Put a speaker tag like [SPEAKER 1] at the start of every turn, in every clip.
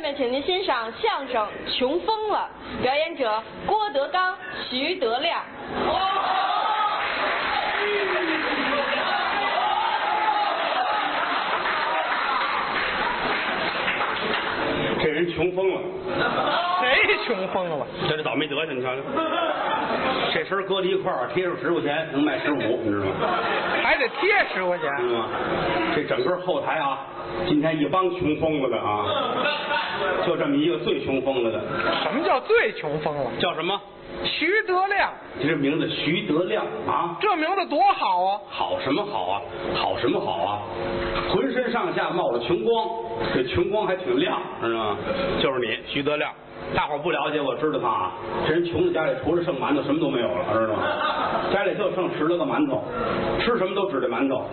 [SPEAKER 1] 面请您欣赏相声《穷疯了》，表演者郭德纲、徐德亮。
[SPEAKER 2] 这人穷疯了，
[SPEAKER 3] 谁穷疯了？
[SPEAKER 2] 这是倒霉德行，你瞧瞧。这身搁在一块儿，贴上十块钱能卖十五，你知道吗？
[SPEAKER 3] 还得贴十块
[SPEAKER 2] 知
[SPEAKER 3] 钱，
[SPEAKER 2] 道吗？这整个后台啊，今天一帮穷疯了的啊，就这么一个最穷疯了的，
[SPEAKER 3] 什么叫最穷疯了？
[SPEAKER 2] 叫什么？
[SPEAKER 3] 徐德亮，
[SPEAKER 2] 这名字徐德亮啊，
[SPEAKER 3] 这名字多好啊！
[SPEAKER 2] 好什么好啊？好什么好啊？浑身上下冒着穷光，这穷光还挺亮，知道吗？就是你，徐德亮。大伙儿不了解，我知道他啊，这人穷的家里除了剩馒头什么都没有了，知道吗？家里就剩十来个馒头，吃什么都指着馒头，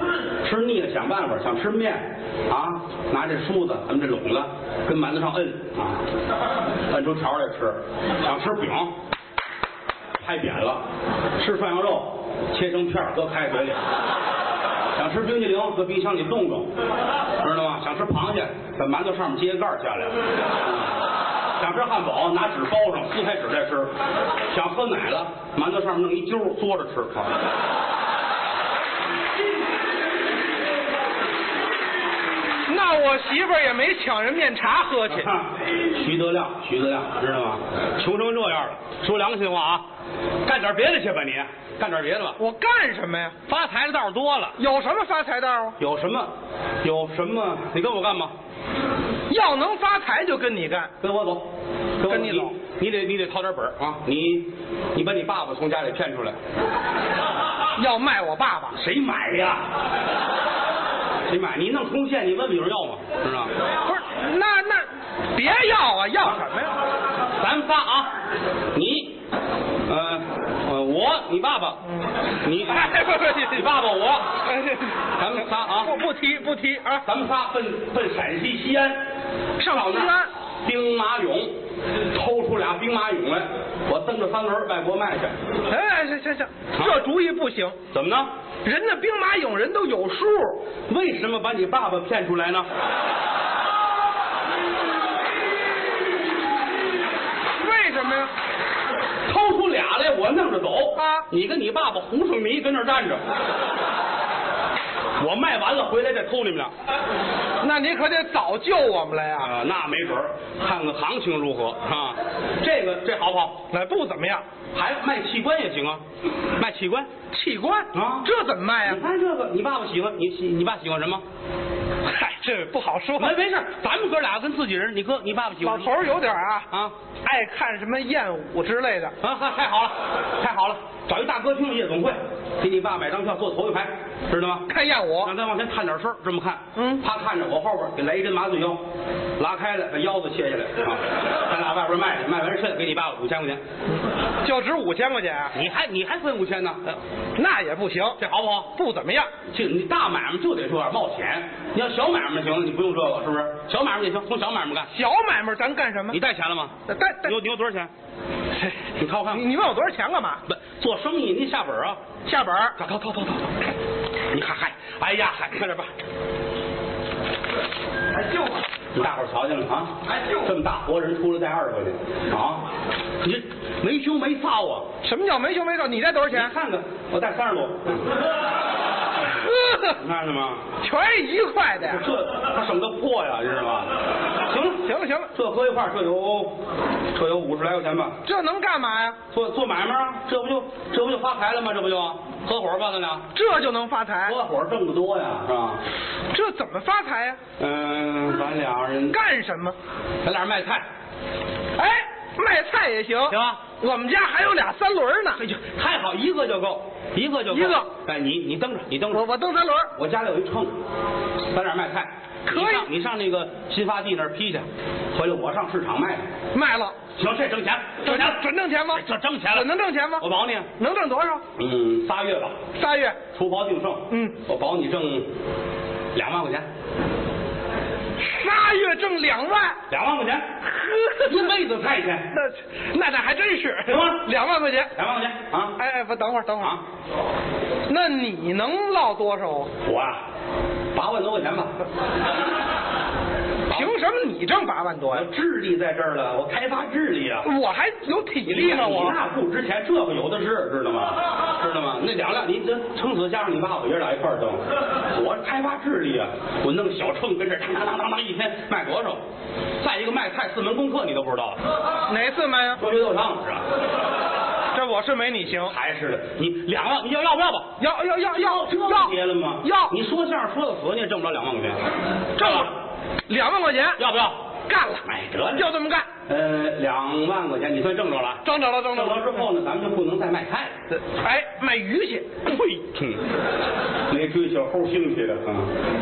[SPEAKER 2] 吃腻了想办法，想吃面啊，拿这梳子，咱们这笼子跟馒头上摁啊，摁出条来吃，想吃饼。拍扁了，吃涮羊肉切成片儿搁开水里，想吃冰激凌搁冰箱里冻冻，知道吗？想吃螃蟹把馒头上面揭盖儿下来，想吃汉堡拿纸包上撕开纸再吃，想喝奶了馒头上面弄一揪儿嘬着吃。
[SPEAKER 3] 那我媳妇儿也没抢人面茶喝去，
[SPEAKER 2] 徐德亮，徐德亮，知道吗？穷成这样了，说良心话啊，干点别的去吧你，干点别的吧。
[SPEAKER 3] 我干什么呀？
[SPEAKER 2] 发财的道儿多了，
[SPEAKER 3] 有什么发财道啊？
[SPEAKER 2] 有什么？有什么？你跟我干吧。
[SPEAKER 3] 要能发财就跟你干，
[SPEAKER 2] 跟我走，我
[SPEAKER 3] 跟你走，
[SPEAKER 2] 你得你得掏点本儿啊！你你把你爸爸从家里骗出来，
[SPEAKER 3] 要卖我爸爸，
[SPEAKER 2] 谁买呀？谁买？你弄通县，你问问有人要吗？知道吗？
[SPEAKER 3] 不是？那那别要啊，要什么呀？
[SPEAKER 2] 咱仨啊，你，呃，呃我，你爸爸，你，
[SPEAKER 3] 哎不不
[SPEAKER 2] 你爸爸我，咱
[SPEAKER 3] 咱
[SPEAKER 2] 们仨啊
[SPEAKER 3] 不不提不提啊！
[SPEAKER 2] 咱们仨奔奔陕西西安，
[SPEAKER 3] 上
[SPEAKER 2] 到那儿
[SPEAKER 3] 西安
[SPEAKER 2] 兵马俑，偷出俩兵马俑来，我蹬着三轮儿外国卖去，
[SPEAKER 3] 哎，行行行，这主意不行，
[SPEAKER 2] 怎么呢？
[SPEAKER 3] 人家兵马俑人都有数，
[SPEAKER 2] 为什么把你爸爸骗出来呢？
[SPEAKER 3] 为什么呀？
[SPEAKER 2] 掏出俩来，我弄着走
[SPEAKER 3] 啊
[SPEAKER 2] 你跟你爸爸糊上泥，跟那儿站着。我卖完了回来再偷你们俩
[SPEAKER 3] 那你可得早救我们来呀、
[SPEAKER 2] 啊，那没准儿，看看行情如何啊。这个这好不好？
[SPEAKER 3] 那不怎么样，
[SPEAKER 2] 还卖器官也行啊，卖器官。
[SPEAKER 3] 器官
[SPEAKER 2] 啊
[SPEAKER 3] 这怎么卖哎呀
[SPEAKER 2] 你、看这个，你爸爸喜欢你喜你爸喜欢什么？
[SPEAKER 3] 嗨，这不好说
[SPEAKER 2] 没没事儿，咱们哥俩跟自己人，你哥你爸爸喜
[SPEAKER 3] 老
[SPEAKER 2] 欢什
[SPEAKER 3] 头
[SPEAKER 2] 么？
[SPEAKER 3] 儿有点儿啊，
[SPEAKER 2] 啊
[SPEAKER 3] 爱看什么艳舞之类的。
[SPEAKER 2] 啊，太太好了，太好了，找一大歌厅的夜总会，给你爸买张票坐头一排，知道吗？
[SPEAKER 3] 看艳舞
[SPEAKER 2] 让，他往前探点身儿，这么看，
[SPEAKER 3] 嗯
[SPEAKER 2] 他看着我后边儿给来一针麻醉药，拉开了把腰子切下来啊， 咱俩外边卖去，卖完肾给你爸爸五千块钱，
[SPEAKER 3] 就值五千块钱啊，
[SPEAKER 2] 你还你还分五千呢，呃
[SPEAKER 3] 那也不行，
[SPEAKER 2] 这好不好？
[SPEAKER 3] 不怎么样。
[SPEAKER 2] 这你大买卖就得这样冒险，你要小买卖行了，你不用这个是不是？小买卖也行，从小买卖干。
[SPEAKER 3] 小买卖咱干什么
[SPEAKER 2] 你？带钱了吗？
[SPEAKER 3] 带带
[SPEAKER 2] 你有你有多少钱？你看我看
[SPEAKER 3] 你，你问我多少钱干嘛？
[SPEAKER 2] 不做生意你下本儿啊，
[SPEAKER 3] 下本儿
[SPEAKER 2] 掏掏掏掏掏，你看嗨，哎呀嗨，快点吧，
[SPEAKER 3] 还就
[SPEAKER 2] 你大伙儿瞧见了啊？
[SPEAKER 3] 哎呦
[SPEAKER 2] 这么大活人出来带二十块钱啊！你这没羞没臊啊！
[SPEAKER 3] 什么叫没羞没臊？你带多少
[SPEAKER 2] 你
[SPEAKER 3] 钱？
[SPEAKER 2] 看看，我带三十 多，
[SPEAKER 3] 呵呵
[SPEAKER 2] 你看见吗？
[SPEAKER 3] 全是一块的呀。
[SPEAKER 2] 这他省得破呀，你知道吗？行了，
[SPEAKER 3] 行了行了，
[SPEAKER 2] 这合一块儿这有这有五十来块钱吧？
[SPEAKER 3] 这能干嘛呀？
[SPEAKER 2] 做做买卖啊，这不就这不就发财了吗？这不就合伙吧，咱俩
[SPEAKER 3] 这就能发财？
[SPEAKER 2] 合伙挣得多呀，是吧？
[SPEAKER 3] 这怎么发财呀？
[SPEAKER 2] 嗯，咱俩人
[SPEAKER 3] 干什么？
[SPEAKER 2] 咱俩人卖菜，
[SPEAKER 3] 哎，卖菜也行。
[SPEAKER 2] 行吧？
[SPEAKER 3] 我们家还有俩三轮儿呢。
[SPEAKER 2] 哎呦，太好，一个就够，一个就够
[SPEAKER 3] 一个。
[SPEAKER 2] 哎，你你蹬着，你蹬着
[SPEAKER 3] 我。我蹬三轮儿，
[SPEAKER 2] 我家里有一秤，咱俩卖菜，
[SPEAKER 3] 可以
[SPEAKER 2] 你上你上那个新发地那儿批去，回来我上市场卖去。
[SPEAKER 3] 卖了，
[SPEAKER 2] 行，这挣钱，挣钱，
[SPEAKER 3] 准挣钱吗？
[SPEAKER 2] 这挣钱了，
[SPEAKER 3] 我能挣钱吗
[SPEAKER 2] 我保你，
[SPEAKER 3] 能挣多少？
[SPEAKER 2] 嗯，仨月吧，
[SPEAKER 3] 仨月
[SPEAKER 2] 除刨净剩，
[SPEAKER 3] 嗯，
[SPEAKER 2] 我保你挣两万块钱，
[SPEAKER 3] 仨月挣两万，
[SPEAKER 2] 两万块 钱，一辈子菜钱，
[SPEAKER 3] 那那那还真是
[SPEAKER 2] 行吗
[SPEAKER 3] 两万块钱。
[SPEAKER 2] 两万块钱啊
[SPEAKER 3] 哎哎，不，等会儿等会儿，
[SPEAKER 2] 啊！
[SPEAKER 3] 那你能落多少啊？
[SPEAKER 2] 我啊，八万多块钱吧，
[SPEAKER 3] 凭什么你你挣八万多
[SPEAKER 2] 我
[SPEAKER 3] 呀？
[SPEAKER 2] 智力在这儿了，我开发智力啊！
[SPEAKER 3] 我还有体力呢，
[SPEAKER 2] 你
[SPEAKER 3] 我
[SPEAKER 2] 那不值钱，这个有的是，知道 吗？知道吗？那两辆，你这撑死加上你爸，我爷俩一块儿挣。我开发智力啊，我弄小秤跟这儿当当当当当，一天卖多少？再一个卖菜四门功课你都不知道，
[SPEAKER 3] 哪次卖呀？
[SPEAKER 2] 科学斗唱是吧？
[SPEAKER 3] 这我是没你行。
[SPEAKER 2] 还是的，你两万，你要要不要吧？
[SPEAKER 3] 要要要要
[SPEAKER 2] 这
[SPEAKER 3] 要
[SPEAKER 2] 别了吗？
[SPEAKER 3] 要
[SPEAKER 2] 你说相声说到死，你也挣不着两万块钱，
[SPEAKER 3] 挣了两万块钱，
[SPEAKER 2] 要不要？
[SPEAKER 3] 干了，
[SPEAKER 2] 哎，得了，
[SPEAKER 3] 就这么干，
[SPEAKER 2] 呃，两万块钱你算挣着了。
[SPEAKER 3] 挣着了，挣着
[SPEAKER 2] 挣着
[SPEAKER 3] 了。
[SPEAKER 2] 之后呢，咱们就不能再卖菜了。
[SPEAKER 3] 哎，卖鱼去，
[SPEAKER 2] 呸！没追求齁兴去的啊！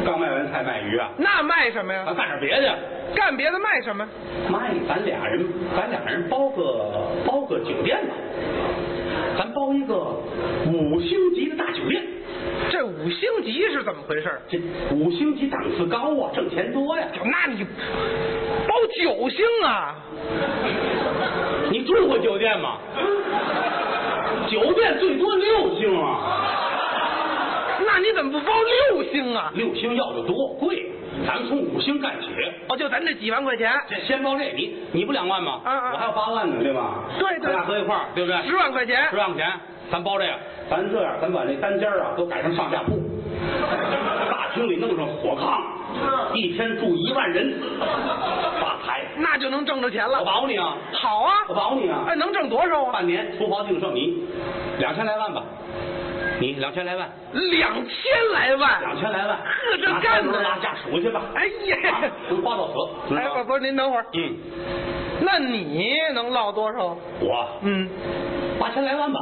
[SPEAKER 2] 刚卖完菜卖鱼啊，
[SPEAKER 3] 那卖什么
[SPEAKER 2] 咱
[SPEAKER 3] 呀？
[SPEAKER 2] 干点别的。
[SPEAKER 3] 干别的卖什么？
[SPEAKER 2] 卖，咱俩人，咱俩人包个包个酒店吧，咱包一个五星级的大酒店。
[SPEAKER 3] 这五星级是怎么回事？
[SPEAKER 2] 这五星级档次高啊，挣钱多呀。
[SPEAKER 3] 那你包九星啊？
[SPEAKER 2] 你住过酒店吗？酒店最多六星啊，
[SPEAKER 3] 那你怎么不包六星啊？
[SPEAKER 2] 六星要的多贵，啊咱们从五星干起。
[SPEAKER 3] 哦，就咱这几万块钱，
[SPEAKER 2] 这先包这，你你不两万吗？
[SPEAKER 3] 嗯嗯
[SPEAKER 2] 我还有八万呢，对吧？
[SPEAKER 3] 对对
[SPEAKER 2] 咱俩合一块儿，对不对？
[SPEAKER 3] 十万块钱
[SPEAKER 2] 十，万块钱，咱包这个，咱这样，咱把这单间儿啊都改成上下铺，大厅里弄上火炕，一天住一万人，大台，
[SPEAKER 3] 那就能挣着钱
[SPEAKER 2] 我
[SPEAKER 3] 了。
[SPEAKER 2] 保你啊，
[SPEAKER 3] 好啊
[SPEAKER 2] 我，保你啊
[SPEAKER 3] 哎，，能挣多少啊？
[SPEAKER 2] 半年厨房净剩你两千来万吧，你两千来万，
[SPEAKER 3] 两千来万。
[SPEAKER 2] 两千来万，
[SPEAKER 3] 哎呵这干的
[SPEAKER 2] 拿下数去吧，
[SPEAKER 3] 哎
[SPEAKER 2] 啊
[SPEAKER 3] 呀，
[SPEAKER 2] 能花到死，知
[SPEAKER 3] 哎，
[SPEAKER 2] 道
[SPEAKER 3] 不
[SPEAKER 2] 吗？
[SPEAKER 3] 不是，您等会儿，
[SPEAKER 2] 嗯，
[SPEAKER 3] 那你能落多少？
[SPEAKER 2] 我
[SPEAKER 3] 嗯，
[SPEAKER 2] 八千来万吧，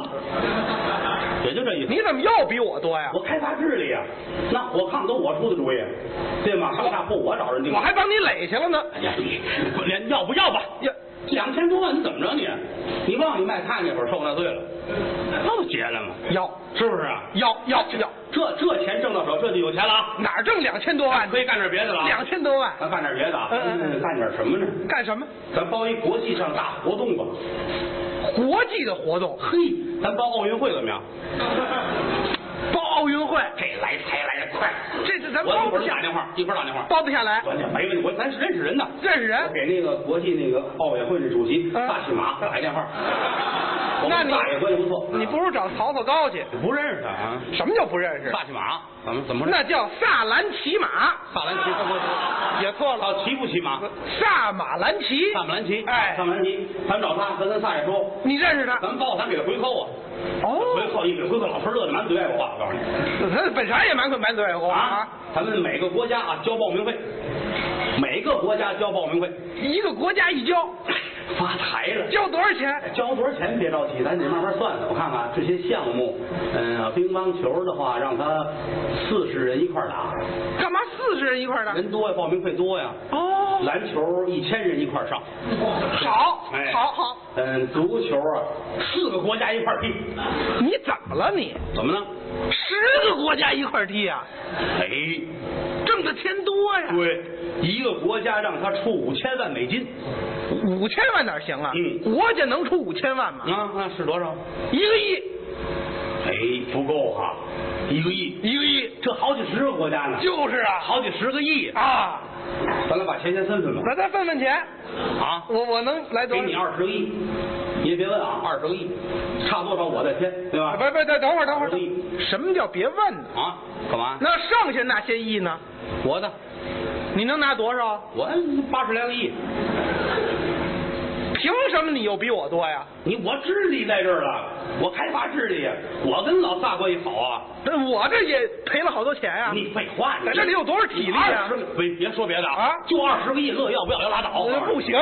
[SPEAKER 2] 也就这意思。
[SPEAKER 3] 你怎么又比我多呀？
[SPEAKER 2] 我开发智力啊，那火炕都我出的主意，对吗？上下铺我找人定。
[SPEAKER 3] 我还帮你垒去了呢。
[SPEAKER 2] 哎呀，你我连要不要吧？
[SPEAKER 3] 呀，
[SPEAKER 2] 两千多万你怎么着你？你忘你卖菜那会儿受那罪了，那不结了吗？
[SPEAKER 3] 要
[SPEAKER 2] 是不是啊？
[SPEAKER 3] 要要要，
[SPEAKER 2] 这这钱挣到手，这就有钱了啊！
[SPEAKER 3] 哪儿挣两千多万
[SPEAKER 2] 可？以干点别的了啊。
[SPEAKER 3] 两千多万
[SPEAKER 2] 咱干点别的啊，
[SPEAKER 3] 嗯嗯嗯
[SPEAKER 2] 干点什么呢？
[SPEAKER 3] 干什么？
[SPEAKER 2] 咱包一国际上大活动吧。
[SPEAKER 3] 国际的活动，
[SPEAKER 2] 嘿，咱包奥运会怎么样？
[SPEAKER 3] 包奥运会，
[SPEAKER 2] 这来财来的快，
[SPEAKER 3] 这这咱
[SPEAKER 2] 我
[SPEAKER 3] 包
[SPEAKER 2] 一会
[SPEAKER 3] 不
[SPEAKER 2] 儿
[SPEAKER 3] 下
[SPEAKER 2] 打，电话，一会儿打电话。
[SPEAKER 3] 包不下来。
[SPEAKER 2] 关键没问题，我咱是认识人的。
[SPEAKER 3] 认识
[SPEAKER 2] 我
[SPEAKER 3] 人，
[SPEAKER 2] 给那个国际那个奥委会那主席
[SPEAKER 3] 嗯
[SPEAKER 2] 大戏马打一电 话，我
[SPEAKER 3] 那
[SPEAKER 2] 们
[SPEAKER 3] 你
[SPEAKER 2] 大爷关系不错。
[SPEAKER 3] 你不如找曹操高去。
[SPEAKER 2] 不认识他啊？
[SPEAKER 3] 什么叫不认识？
[SPEAKER 2] 大戏马怎么怎么
[SPEAKER 3] 那叫萨兰骑马，
[SPEAKER 2] 萨兰奇不不
[SPEAKER 3] 也错了，
[SPEAKER 2] 啊不，骑不骑 马？
[SPEAKER 3] 萨马兰骑。
[SPEAKER 2] 萨马兰奇，啊
[SPEAKER 3] 哎
[SPEAKER 2] 萨马兰奇，咱找他，咱跟萨爷说，
[SPEAKER 3] 你认识他？
[SPEAKER 2] 咱报咱给他回扣啊，
[SPEAKER 3] 哦，
[SPEAKER 2] 回扣一给回扣，老头乐得满嘴爱国话，我告诉你
[SPEAKER 3] 他本啥也满嘴满嘴花
[SPEAKER 2] 啊，咱们每个国家啊交报名费，每个国家交报名费，
[SPEAKER 3] 一个国家一交，
[SPEAKER 2] 发财了。
[SPEAKER 3] 交多少钱？
[SPEAKER 2] 交多少钱别着急，咱得慢慢算算。我看看这些项目，嗯，乒乓球的话，让他四十人一块儿打，
[SPEAKER 3] 干嘛四十人一块儿的？
[SPEAKER 2] 人多呀，报名费多呀。
[SPEAKER 3] 哦，
[SPEAKER 2] 篮球一千人一块儿上，
[SPEAKER 3] 好
[SPEAKER 2] 哎，，
[SPEAKER 3] 好，好，
[SPEAKER 2] 嗯，足球啊，四个国家一块儿踢，
[SPEAKER 3] 你怎么了你？
[SPEAKER 2] 怎么呢？
[SPEAKER 3] 十个国家一块儿踢啊，
[SPEAKER 2] 哎，
[SPEAKER 3] 挣的钱多呀，
[SPEAKER 2] 对，一个国家让他出五千万美金，
[SPEAKER 3] 五千万哪行啊？
[SPEAKER 2] 嗯
[SPEAKER 3] 国家能出五千万吗？
[SPEAKER 2] 啊，那是多少？
[SPEAKER 3] 一个亿，
[SPEAKER 2] 哎，不够哈、一个亿，
[SPEAKER 3] 一个亿，
[SPEAKER 2] 这好几十个国家呢，
[SPEAKER 3] 就是啊，
[SPEAKER 2] 好几十个亿，
[SPEAKER 3] 啊，
[SPEAKER 2] 咱俩把钱先分分吧，
[SPEAKER 3] 咱再分分钱，
[SPEAKER 2] 啊。
[SPEAKER 3] 我我能来多
[SPEAKER 2] 给
[SPEAKER 3] 少？
[SPEAKER 2] 你啊二十个亿，你也别问啊，二十个亿，差多少我再添，对吧
[SPEAKER 3] 不？不，等等会儿，等会
[SPEAKER 2] 二
[SPEAKER 3] 儿
[SPEAKER 2] 十亿，
[SPEAKER 3] 什么叫别问呢？
[SPEAKER 2] 啊，干嘛？
[SPEAKER 3] 那剩下那些亿呢？
[SPEAKER 2] 我的，
[SPEAKER 3] 你能拿多少？
[SPEAKER 2] 我嗯八十来个亿，
[SPEAKER 3] 凭什么你又比我多呀？
[SPEAKER 2] 你我智力在这儿了，我开发智力，我跟老萨关系好啊。
[SPEAKER 3] 但我这也赔了好多钱呀。
[SPEAKER 2] 你废话，你
[SPEAKER 3] 啊在这里有多少体力啊
[SPEAKER 2] 二十个，别别说别的
[SPEAKER 3] 啊
[SPEAKER 2] 就二十个亿，乐意要不要就拉倒。
[SPEAKER 3] 呃不行，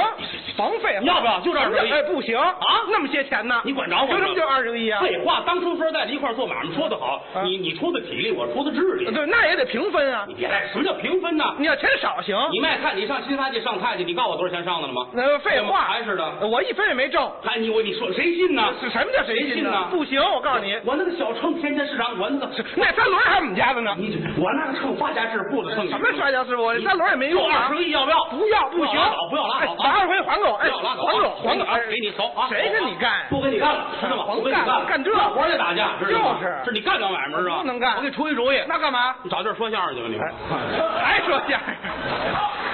[SPEAKER 3] 甭废话。
[SPEAKER 2] 啊要不要就这二十个亿
[SPEAKER 3] 哎，不行
[SPEAKER 2] 啊
[SPEAKER 3] 那么些钱呢？
[SPEAKER 2] 你管着吗？
[SPEAKER 3] 凭什么就二十个亿啊？
[SPEAKER 2] 废话，当初说在一块儿做买卖说的好，
[SPEAKER 3] 啊
[SPEAKER 2] 你你出的体力，我出的智力。
[SPEAKER 3] 对，嗯那也得平分啊
[SPEAKER 2] 你。别来，什么叫平分呢？
[SPEAKER 3] 你要钱少行。
[SPEAKER 2] 你卖菜，你上新发地上菜去，你告诉我多少钱上的了吗？
[SPEAKER 3] 那废话，
[SPEAKER 2] 还是的。
[SPEAKER 3] 我一分也没挣。
[SPEAKER 2] 哎，你我你说谁信呢？
[SPEAKER 3] 是什么叫谁信
[SPEAKER 2] 呢
[SPEAKER 3] 呢？？不行，我告诉你，
[SPEAKER 2] 我那个小秤天天市场，我那个
[SPEAKER 3] 那三轮还是我们家的呢。
[SPEAKER 2] 你我那个秤发家致富的秤，
[SPEAKER 3] 什么摔跤师傅？我三轮也没用
[SPEAKER 2] 就
[SPEAKER 3] 啊。
[SPEAKER 2] 二十个亿要不要？
[SPEAKER 3] 不要，
[SPEAKER 2] 不
[SPEAKER 3] 行
[SPEAKER 2] 拉倒，，不要拉倒，啊
[SPEAKER 3] 哎把二回还给我，哎，
[SPEAKER 2] 不要拉倒，啊
[SPEAKER 3] 还给我，还给我，哎
[SPEAKER 2] 给你手啊！
[SPEAKER 3] 谁跟你干？
[SPEAKER 2] 不跟你干了，知道吗？
[SPEAKER 3] 甭
[SPEAKER 2] 不跟你
[SPEAKER 3] 干
[SPEAKER 2] 了，
[SPEAKER 3] 干这
[SPEAKER 2] 活儿得打架，知道吗？
[SPEAKER 3] 就是
[SPEAKER 2] 是你干不了买卖是吧？啊
[SPEAKER 3] 不能干
[SPEAKER 2] 我给你出一主意，
[SPEAKER 3] 那干嘛？
[SPEAKER 2] 哎你找地儿说相声去吧你。
[SPEAKER 3] 还说相声？